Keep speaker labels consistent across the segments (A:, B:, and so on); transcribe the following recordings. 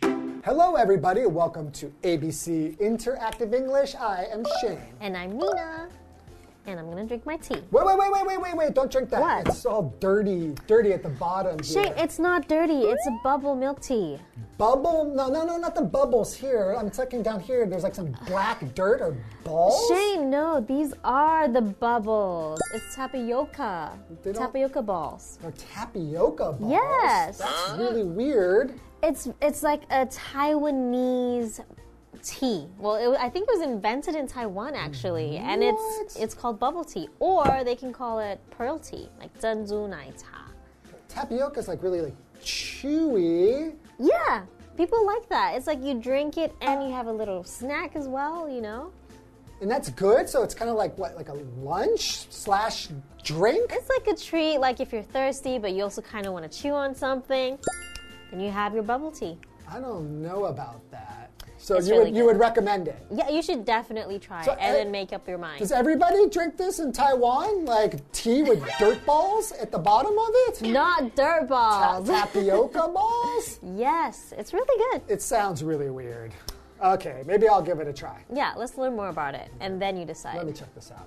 A: Hello, everybody, and welcome to ABC Interactive English. I am Shane.
B: And I'm Nina. And I'm gonna drink my tea.
A: Wait, wait, wait, wait, wait, wait, wait! Don't drink that.
B: What?
A: It's all dirty, dirty at the bottom. here.
B: Shane, it's not dirty. It's a bubble milk tea.
A: Bubble? No, no, no, not the bubbles here. I'm tucking down here. There's like some black dirt or balls.
B: Shane, no, these are the bubbles. It's tapioca.
A: They don't-
B: Tapioca balls.
A: Or tapioca balls.
B: Yes.
A: That's really weird.
B: It's it's like a Taiwanese tea. Well, it, wa- I think it was invented in Taiwan actually, and it's
A: What?
B: it's called bubble tea, or they can call it pearl tea, like 珍珠奶茶.
A: Tapioca's like really like chewy.
B: Yeah, people like that. It's like you drink it and you have a little snack as well. You know,
A: And that's good, so it's kind of like what, like a lunch slash drink?
B: it's like a treat. Like if you're thirsty, but you also kind of want to chew on something, then you have your bubble tea.
A: I don't know about that. So
B: It's
A: you
B: really
A: would you
B: good.
A: would recommend it?
B: Yeah, you should definitely try
A: So,
B: it and
A: uh,
B: then make up your mind.
A: Does everybody drink this in Taiwan? Like tea with dirt balls at the bottom of it? Uh,
B: Not dirt balls.
A: Tapioca balls?
B: yes, it's really good.
A: It sounds really weird. Okay, maybe I'll give it a try.
B: Yeah, let's learn more about it and then you
A: Let me
B: decide.
A: check this out.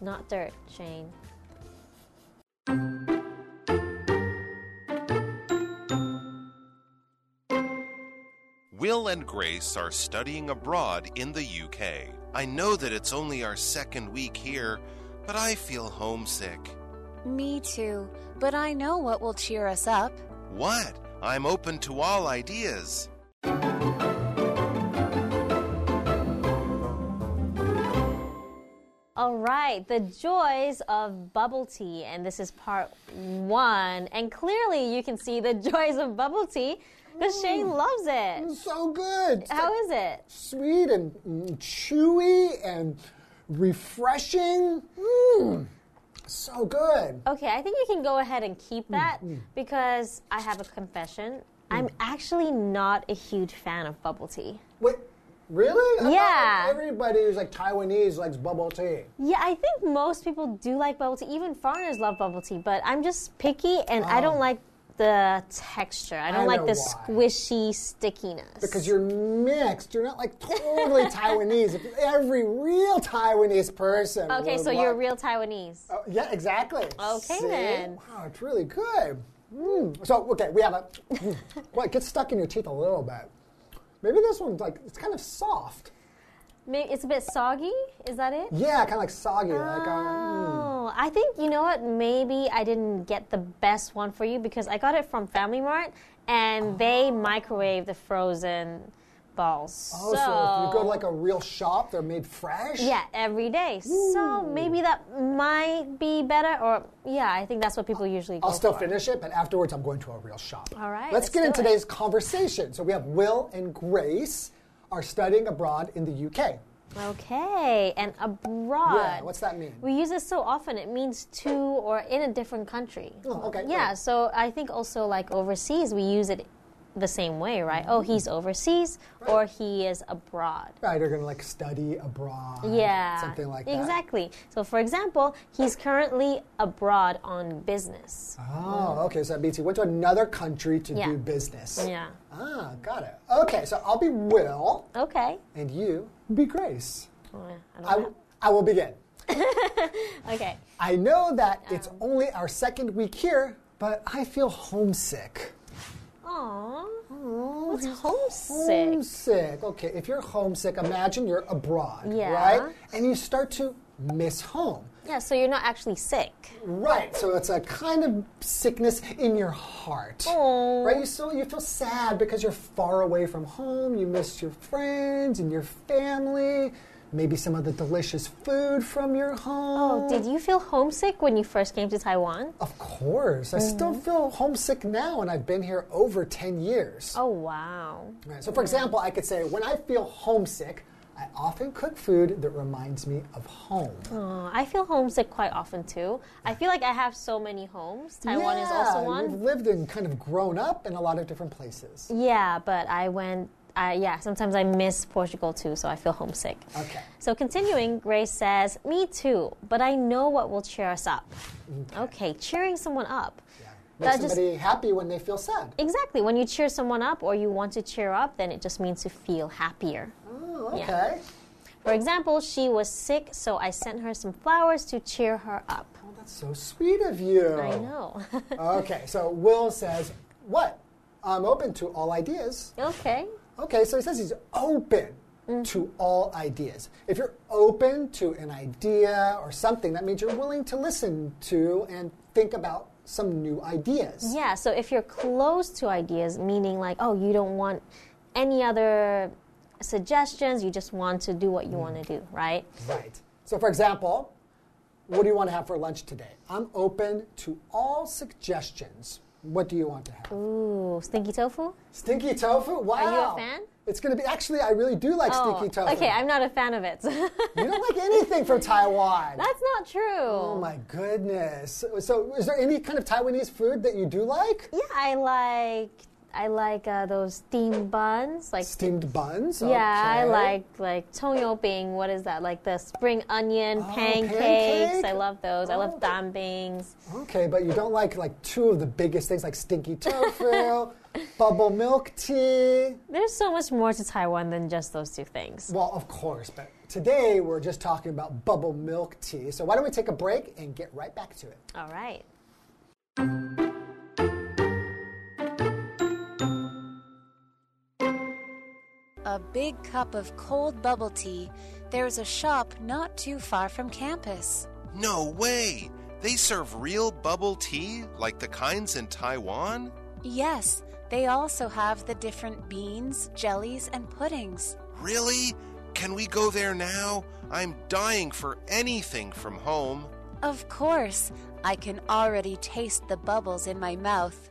B: Not dirt, Shane.
C: Will and Grace are studying abroad in the UK. I know that it's only our second week here, but I feel homesick.
D: Me too, but I know what will cheer us up.
C: What? I'm open to all ideas.
B: All right, the joys of bubble tea, and this is part one. And clearly, you can see the joys of bubble tea because Shane
A: Mm.
B: loves it.
A: So good. It's
B: How is it?
A: Sweet and mm, chewy and refreshing. Mmm. So good.
B: Okay, I think you can go ahead and
A: Hmm,
B: keep that because I have a confession. I'm
A: Hmm.
B: actually not a huge fan of bubble tea.
A: Wait, really? I thought
B: Yeah.
A: Everybody who's like Taiwanese likes bubble tea.
B: Yeah, I think most people do like bubble tea. Even foreigners love bubble tea, but I'm just picky and I don't like the texture. I don't
A: Oh. I
B: like
A: know
B: the
A: why.
B: squishy stickiness.
A: Because you're mixed. You're not like totally Taiwanese. If Every real Taiwanese person.
B: okay,
A: would
B: so you're
A: like-
B: real Taiwanese.
A: Oh, yeah, exactly.
B: Okay,
A: See?
B: then.
A: Wow, it's really good. Mm. So, okay, we have a. Mm. well, it gets stuck in your teeth a little bit. Maybe this one's like, it's kind of soft.
B: Maybe it's a bit soggy. Is that it?
A: Yeah, kind of like soggy. Like, um,
B: Oh, I think you know what? Maybe I didn't get the best one for you because I got it from Family Mart
A: Oh.
B: and they microwave the frozen balls.
A: oh, so, if you go to like a real shop, they're made fresh.
B: Yeah, every day. So maybe that might be better, or yeah, I think that's what people usually go
A: I'll still
B: for.
A: finish it, but afterwards I'm going to a real shop.
B: All right,
A: Let's,
B: let's
A: get
B: do
A: into
B: it.
A: today's conversation. So we have Will and Grace are studying abroad in the UK.
B: Okay, and abroad.
A: Yeah, what's that mean?
B: We use this so often. It means to or in a different country.
A: Oh, okay,
B: Yeah,
A: right.
B: so I think also like overseas, we use it the same way, right? Oh, he's overseas or he is abroad.
A: Right, they're gonna like study abroad.
B: Yeah.
A: Something like that.
B: Exactly. So, for example, he's currently abroad on business.
A: Oh, okay. So that means he went to another country to
B: Yeah.
A: do business.
B: Yeah.
A: Ah, got it. Okay, so I'll be Will
B: Okay.
A: and you be Grace.
B: Oh, yeah, I don't
A: I, I will begin.
B: know. Okay.
A: I know that it's only our second week here, but I feel homesick.
B: Aww.
A: What's
B: homesick?
A: Homesick. Okay, if you're homesick, imagine you're abroad,
B: Yeah.
A: right? And you start to miss home.
B: Yeah, so you're not actually sick.
A: Right. So it's a kind of sickness in your heart.
B: Aw.
A: Right? You still you feel sad because you're far away from home, you miss your friends and your family, maybe some of the delicious food from your
B: Oh,
A: home.
B: Did you feel homesick when you first came to Taiwan?
A: Of course. I still
B: Mm-hmm.
A: feel homesick now and I've been here over 10 years.
B: Oh, wow.
A: Right, So, for example, I could say, when I feel homesick, I often cook food that reminds me of home.
B: Uh, I feel homesick quite often too. I feel like I have so many homes. Taiwan is also
A: Yeah, You've
B: one.
A: lived and kind of grown up in a lot of different places.
B: Yeah, but I went. I yeah, sometimes I miss Portugal too, so I feel homesick.
A: Okay.
B: So continuing, Grace says, Mm. "Me too, but I know what will cheer us up." Okay, cheering someone up.
A: Yeah. Makes
B: That just-
A: somebody happy when they feel sad.
B: Exactly. When you cheer someone up or you want to cheer up, then it just means to feel happier.
A: Oh, okay.
B: Yeah. For example, she was sick, so I sent her some flowers to cheer her up.
A: Well, that's so sweet of you.
B: I know.
A: Okay, so Will says, What? I'm open to all ideas.
B: okay.
A: Okay, so he says he's open to
B: Mm-hmm.
A: all ideas. If you're open to an idea or something, that means you're willing to listen to and think about some new ideas.
B: Yeah, so if you're closed to ideas, meaning like, oh, you don't want any other suggestions, you just want to do what you want to do, right?
A: Right. So, for example, what do you want to have for lunch today? I'm open to all suggestions. What do you want to have?
B: Ooh, stinky tofu?
A: Stinky tofu? Wow.
B: you a fan? Oh,
A: It's going to be actually, I really do like stinky tofu.
B: okay, I'm not a fan of it.
A: you don't like anything from Taiwan.
B: That's not true.
A: Oh my goodness. So, is there any kind of Taiwanese food that you do like?
B: Yeah, I like I like uh, those steamed buns, like
A: Steamed buns.
B: yeah, I
A: okay.
B: like like tongyoping. What is that? Like the spring onion pancakes.
A: Oh, pancake?
B: I love those. I
A: Oh,
B: love
A: that-
B: dambings.
A: Okay, but you don't like like two of the biggest things like stinky tofu, bubble milk tea.
B: There's so much more to Taiwan than just those two things.
A: Well, of course, but today we're just talking about bubble milk tea. So why don't we take a break and get right back to it?
B: All right.
D: A big cup of cold bubble tea. There's a shop not too far from campus.
C: No way! They serve real bubble tea like the kinds in Taiwan?
D: Yes, they also have the different beans, jellies, and puddings.
C: Really? Can we go there now? I'm dying for anything from home.
D: Of course, I can already taste the bubbles in my mouth.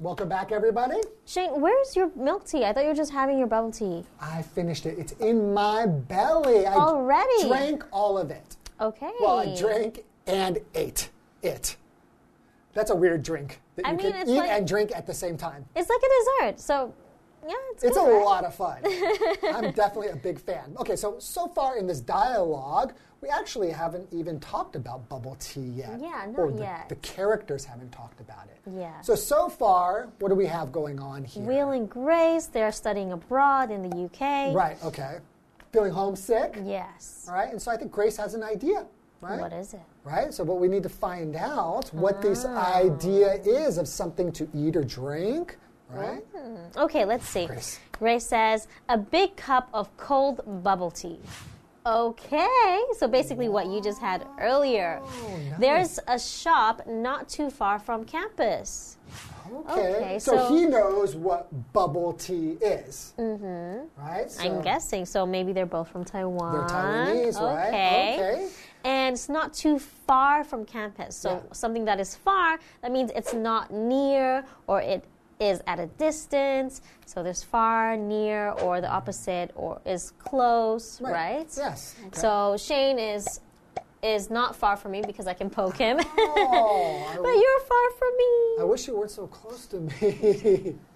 A: Welcome back, everybody.
B: Shane, where's your milk tea? I thought you were just having your bubble tea.
A: I finished it. It's in my belly. I
B: Already?
A: drank all of it.
B: Okay.
A: Well, I drank and ate it. That's a weird drink that
B: I
A: you
B: mean,
A: can
B: it's
A: eat
B: like-
A: and drink at the same time.
B: It's like a dessert. So, yeah, it's
A: It's a
B: good, right?
A: lot of fun. I'm definitely a big fan. Okay, so so far in this dialogue, we actually haven't even talked about bubble tea yet.
B: Yeah, not
A: or the,
B: yet.
A: The characters haven't talked about it.
B: Yeah.
A: So so far, what do we have going on here?
B: Will and Grace, they're studying abroad in the UK.
A: Right. Okay. Feeling homesick.
B: Yes.
A: All right. And so I think Grace has an idea. Right.
B: What is it?
A: Right? So, what we need to find out what this
B: Ah.
A: idea is of something to eat or drink, right?
B: Okay, let's see.
A: Grace.
B: Grace says, a big cup of cold bubble tea. Okay, so basically what you just had earlier.
A: Oh,
B: There's a shop not too far from campus.
A: Okay.
B: Okay,
A: so,
B: so-
A: he knows what bubble tea is, mm-hmm. right? So
B: I'm guessing. So maybe they're both from Taiwan.
A: They're Taiwanese, right?
B: Okay.
A: Okay.
B: And it's not too far from campus. So
A: Yeah.
B: something that is far, that means it's not near or it is at a distance. So there's far, near, or the opposite, or is close, right?
A: Yes. Okay.
B: So Shane is is not far from me because I can poke him.
A: Oh, I,
B: but you're far from me.
A: I wish you weren't so close to me.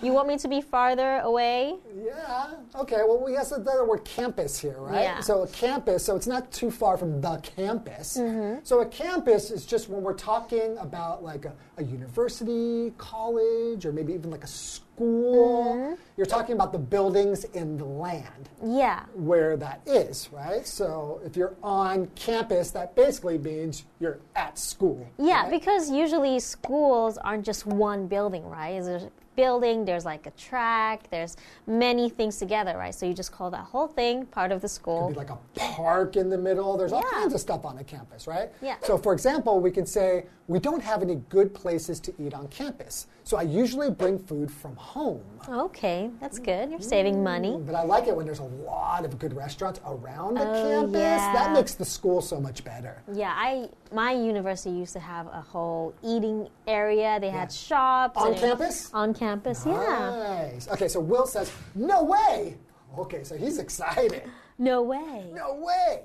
B: You want me to be farther away?
A: yeah. Okay. Well, we have the other word campus here, right?
B: Yeah.
A: So, a campus, so it's not too far from the campus.
B: Mm-hmm.
A: So, a campus is just when we're talking about like a, a university, college, or maybe even like a school,
B: Mm-hmm.
A: you're talking about the buildings and the land.
B: Yeah.
A: where that is, right? So if you're on campus, that basically means you're at school.
B: Yeah,
A: right?
B: because usually schools aren't just one building, right? There's a building, there's like a track, there's many things together, right? So you just call that whole thing part of the
A: Could
B: school.
A: be like a park in the middle. There's all
B: Yeah.
A: kinds of stuff on a campus, right?
B: Yeah.
A: So for example, we can say we don't have any good places to eat on campus. So I usually bring food from home.
B: Okay, that's good. You're saving money.
A: But I like it when there's a lot of good restaurants around the
B: Oh,
A: campus. That
B: yeah.
A: makes the school so much better.
B: Yeah, I my university used to have a whole eating area. They had shops
A: On
B: and it-
A: campus? Ah.
B: On campus, yeah.
A: Nice. Okay, so Will says, No way. Okay, so he's excited.
B: No way.
A: No way!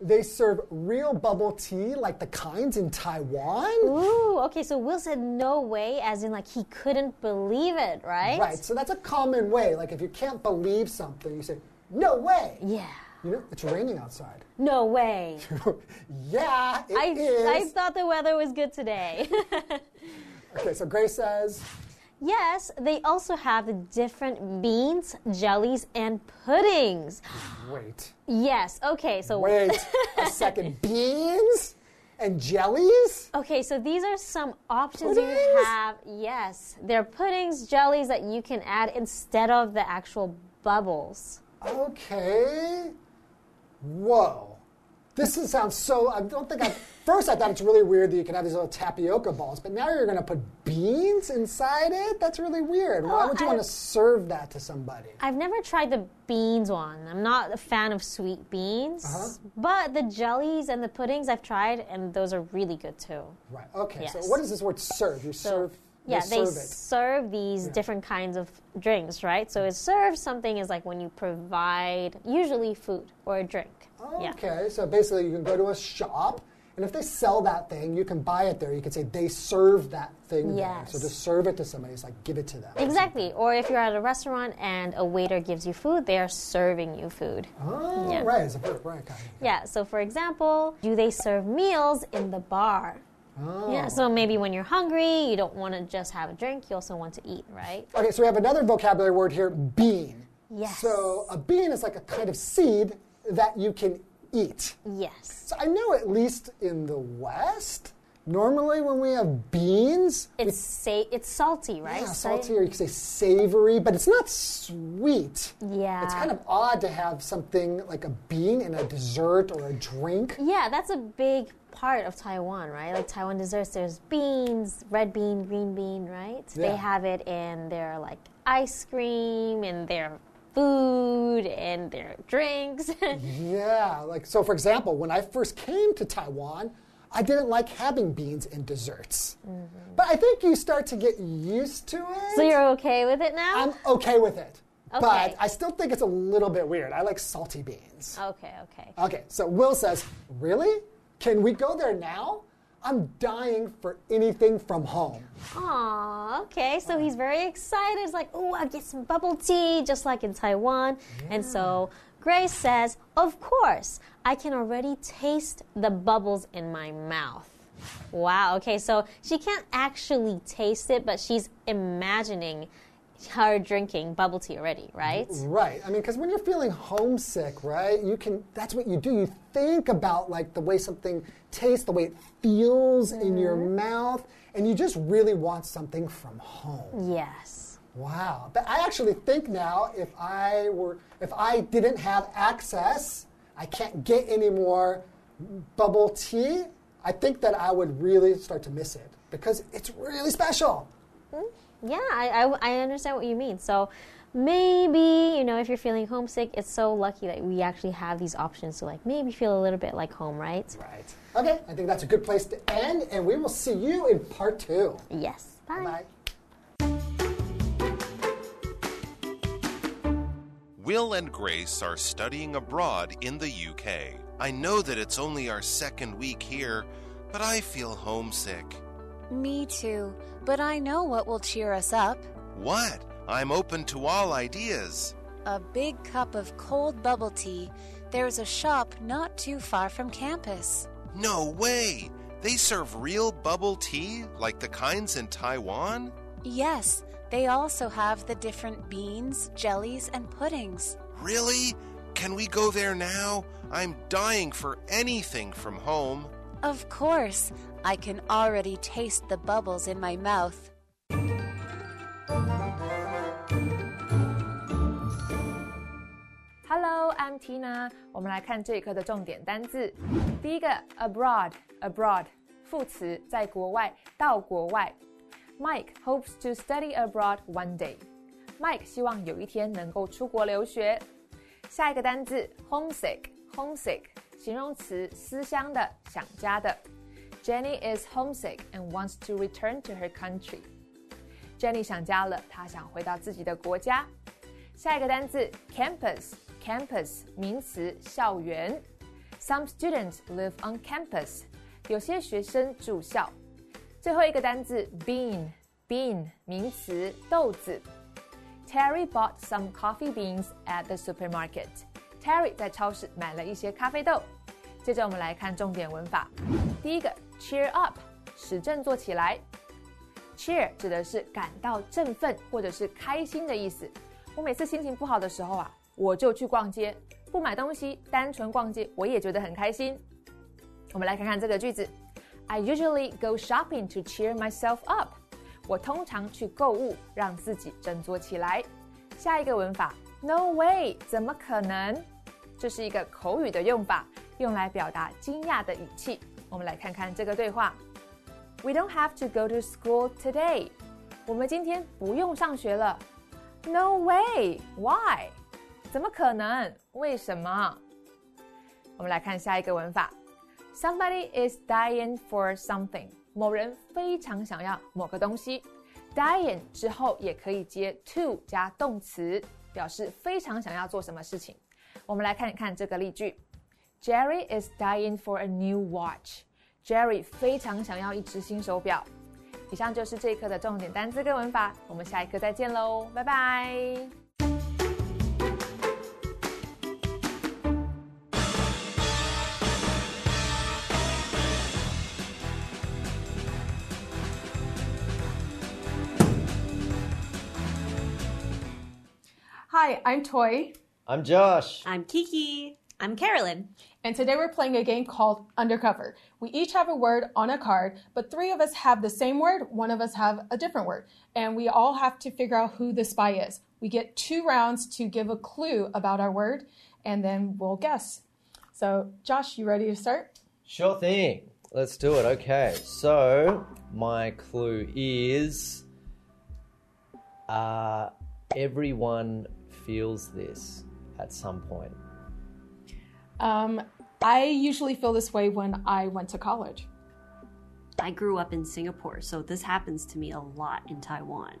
A: They serve real bubble tea like the kinds in Taiwan?
B: Ooh, okay. So Will said no way, as in like he couldn't believe it, right?
A: Right, so that's a common way. Like if you can't believe something, you say, no way!
B: Yeah.
A: You know, it's raining outside.
B: No way.
A: yeah, it is.
B: I, I thought the weather was good today.
A: okay, so Grace says,
B: yes, they also have different beans, jellies, and puddings.
A: wait,
B: Yes, okay, so.
A: wait a second. Beans and jellies?
B: Okay, so these are some options you
A: Puddings?
B: have. Yes, they're puddings, jellies that you can add instead of the actual bubbles.
A: Okay. Whoa. This is, sounds so. I don't think I. First, I thought it's really weird that you can have these little tapioca balls, but now you're going to put beans inside it? That's really weird. Why
B: Oh,
A: would you
B: I-
A: want to serve that to somebody?
B: I've never tried the beans one. I'm not a fan of sweet beans,
A: Uh-huh.
B: but the jellies and the puddings I've tried, and those are really good too.
A: Right. Okay. So,
B: Yes.
A: what is this word serve? You serve.
B: yeah,
A: you
B: they
A: serve it.
B: serve these different kinds of drinks, right? So it serves something is like when you provide usually food or a drink. Yeah.
A: Okay, so basically, you can go to a shop, and if they sell that thing, you can buy it there. You can say they serve that thing
B: Yes.
A: there. So to serve it to somebody is like give it to them.
B: Exactly. Or if you're at a restaurant and a waiter gives you food, they are serving you food.
A: Oh,
B: Yeah.
A: right, it's a verb, right? Got it.
B: Yeah, so for example, do they serve meals in the bar?
A: Oh.
B: Yeah, so maybe when you're hungry, you don't want to just have a drink, you also want to eat, right?
A: Okay, so we have another vocabulary word here, bean.
B: Yes.
A: So a bean is like a kind of seed that you can eat.
B: Yes.
A: So I know at least in the West, normally when we have beans,
B: It's sa- it's salty, right?
A: yeah,
B: Sa-
A: salty or you could say savory, but it's not sweet.
B: Yeah.
A: It's kind of odd to have something like a bean in a dessert or a drink.
B: Yeah, that's a big part of Taiwan, right? Like Taiwan desserts, there's beans, red bean, green bean, right?
A: Yeah.
B: They have it in their like ice cream and their food and their drinks.
A: Mm-hmm. Yeah, like so for example, when I first came to Taiwan, I didn't like having beans in desserts. But I think you start to get used to it.
B: Mm-hmm. so you're okay with it now?
A: I'm okay with it. But
B: Okay.
A: I still think it's a little bit weird. I like salty beans.
B: okay, okay.
A: Okay, so Will says, Really? Can we go there now? I'm dying for anything from home.
B: Aw, okay. So he's very excited. He's like, oh, I'll get some bubble tea, just like in Taiwan. And so Grace says, of course, I can already taste the bubbles in my mouth. Wow, okay. So she can't actually taste it, but she's imagining her drinking bubble tea already, right?
A: Right. I mean, because when you're feeling homesick, right, you can, that's what you do. You think about like the way something tastes, the way it feels in your mouth, and you just really want something from home.
B: Yes.
A: Wow. But I actually think now if I were if I didn't have access, I can't get any more bubble tea, I think that I would really start to miss it because it's really special.
B: Yeah, I, I, I understand what you mean. So maybe, you know, if you're feeling homesick, it's so lucky that we actually have these options to like maybe feel a little bit like home, right?
A: Right. Okay, I think that's a good place to end and we will see you in part 2.
B: Yes.
A: Bye.
C: Will and Grace are studying abroad in the UK. I know that it's only our second week here, but I feel homesick.
D: Me too, but I know what will cheer us up
C: What? I'm open to all ideas.
D: a big cup of cold bubble tea. There's a shop not too far from campus.
C: No way! They serve real bubble tea like the kinds in Taiwan?
D: Yes, they also have the different beans, jellies, and puddings.
C: Really? Can we go there now? I'm dying for anything from home.
D: Of course, I can already taste the bubbles in my mouth.
E: Hello, I'm Tina。我们来看这一课的重点单字。第一个，abroad，abroad，副词，在国外，到国外。Mike hopes to study abroad one day。Mike 希望有一天能够出国留学。下一个单字，homesick，homesick，形容词，思乡的，想家的。Jenny is homesick and wants to return to her country。Jenny 想家了，她想回到自己的国家。下一个单词 campus，campus 名词，校园。Some students live on campus，有些学生住校。最后一个单词 bean，bean 名词，豆子。Terry bought some coffee beans at the supermarket. Terry 在超市买了一些咖啡豆。接着我们来看重点文法。第一个，cheer up，使振作起来。cheer 指的是感到振奋或者是开心的意思。我每次心情不好的时候啊，我就去逛街，不买东西，单纯逛街，我也觉得很开心。我们来看看这个句子：I usually go shopping to cheer myself up。我通常去购物，让自己振作起来。下一个文法，No way，怎么可能？这是一个口语的用法，用来表达惊讶的语气。我们来看看这个对话：We don't have to go to school today。我们今天不用上学了。No way! Why? 怎么可能？为什么？我们来看下一个文法：Somebody is dying for something。某人非常想要某个东西。dying 之后也可以接 to 加动词，表示非常想要做什么事情。我们来看一看这个例句：Jerry is dying for a new watch。Jerry 非常想要一只新手表。以上就是这一课的重点单词跟文法，我们下一课再见喽，拜拜。
F: Hi, I'm Toy,
G: I'm Josh.
H: I'm Kiki. I'm Carolyn.
F: and today we're playing a game called Undercover. We each have a word on a card, but three of us have the same word, one of us have a different word, and we all have to figure out who the spy is. We get two rounds to give a clue about our word, and then we'll guess. So, Josh, you ready to start?
G: Sure thing. Let's do it. Okay. So my clue is uh everyone feels this at some point.
F: Um, I usually feel this way when I went to college.
H: I grew up in Singapore, so this happens to me a lot in Taiwan.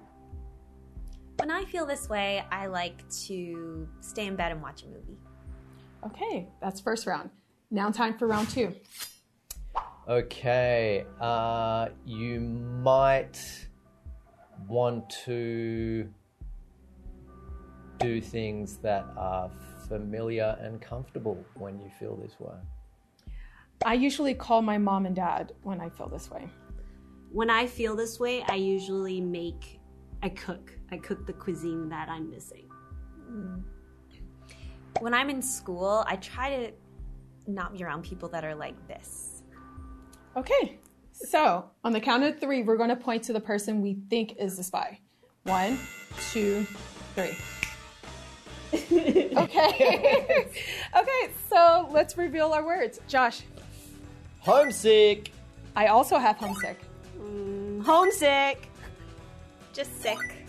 I: When I feel this way, I like to stay in bed and watch a movie.
F: Okay, that's first round. Now, time for round two.
G: Okay. Uh you might want to do things that are familiar and comfortable when you feel this way.
F: I usually call my mom and dad when I feel this way.
H: When I feel this way, I usually make, I cook. I cook the cuisine that I'm missing.
I: Mm. When I'm in school, I try to not be around people that are like this.
F: Okay. So, on the count of three, we're going to point to the person we think is the spy. One, two, three. okay. okay, so let's reveal our words. Josh,
G: Homesick.
F: I also have homesick.
H: Homesick.
I: Just sick.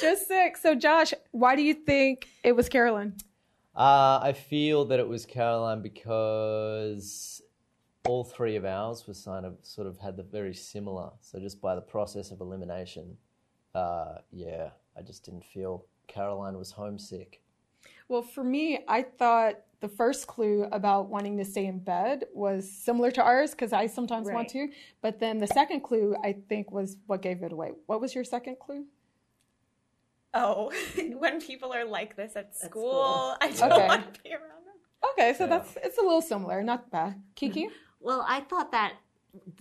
F: Just sick. So, Josh, why do you think it was Carolyn?
G: Uh, I feel that it was Caroline because all three of ours were kind of sort of had the very similar. So just by the process of elimination, uh, yeah, I just didn't feel Caroline was homesick.
F: Well, for me, I thought the first clue about wanting to stay in bed was similar to ours because I sometimes want to. But then the second clue, I think, was what gave it away. What was your second clue?
I: Oh, when people are like this at school, I don't
F: Okay.
I: want to be around them.
F: Okay, so that's it's a little similar, not bad. Kiki,
H: Well, I thought that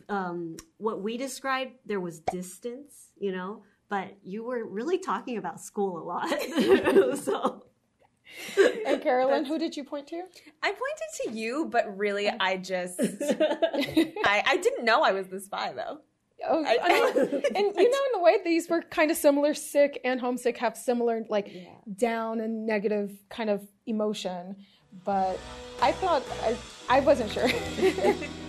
H: um, what we described, there was distance, you know, but you were really talking about school a lot. so.
F: and Carolyn, who did you point to?
I: I pointed to you, but really, I just. I, I didn't know I was the spy, though.
F: Oh, I know. and you know, in a way, these were kind of similar. Sick and homesick have similar, like, down and negative kind of emotion. But I thought I, I wasn't sure.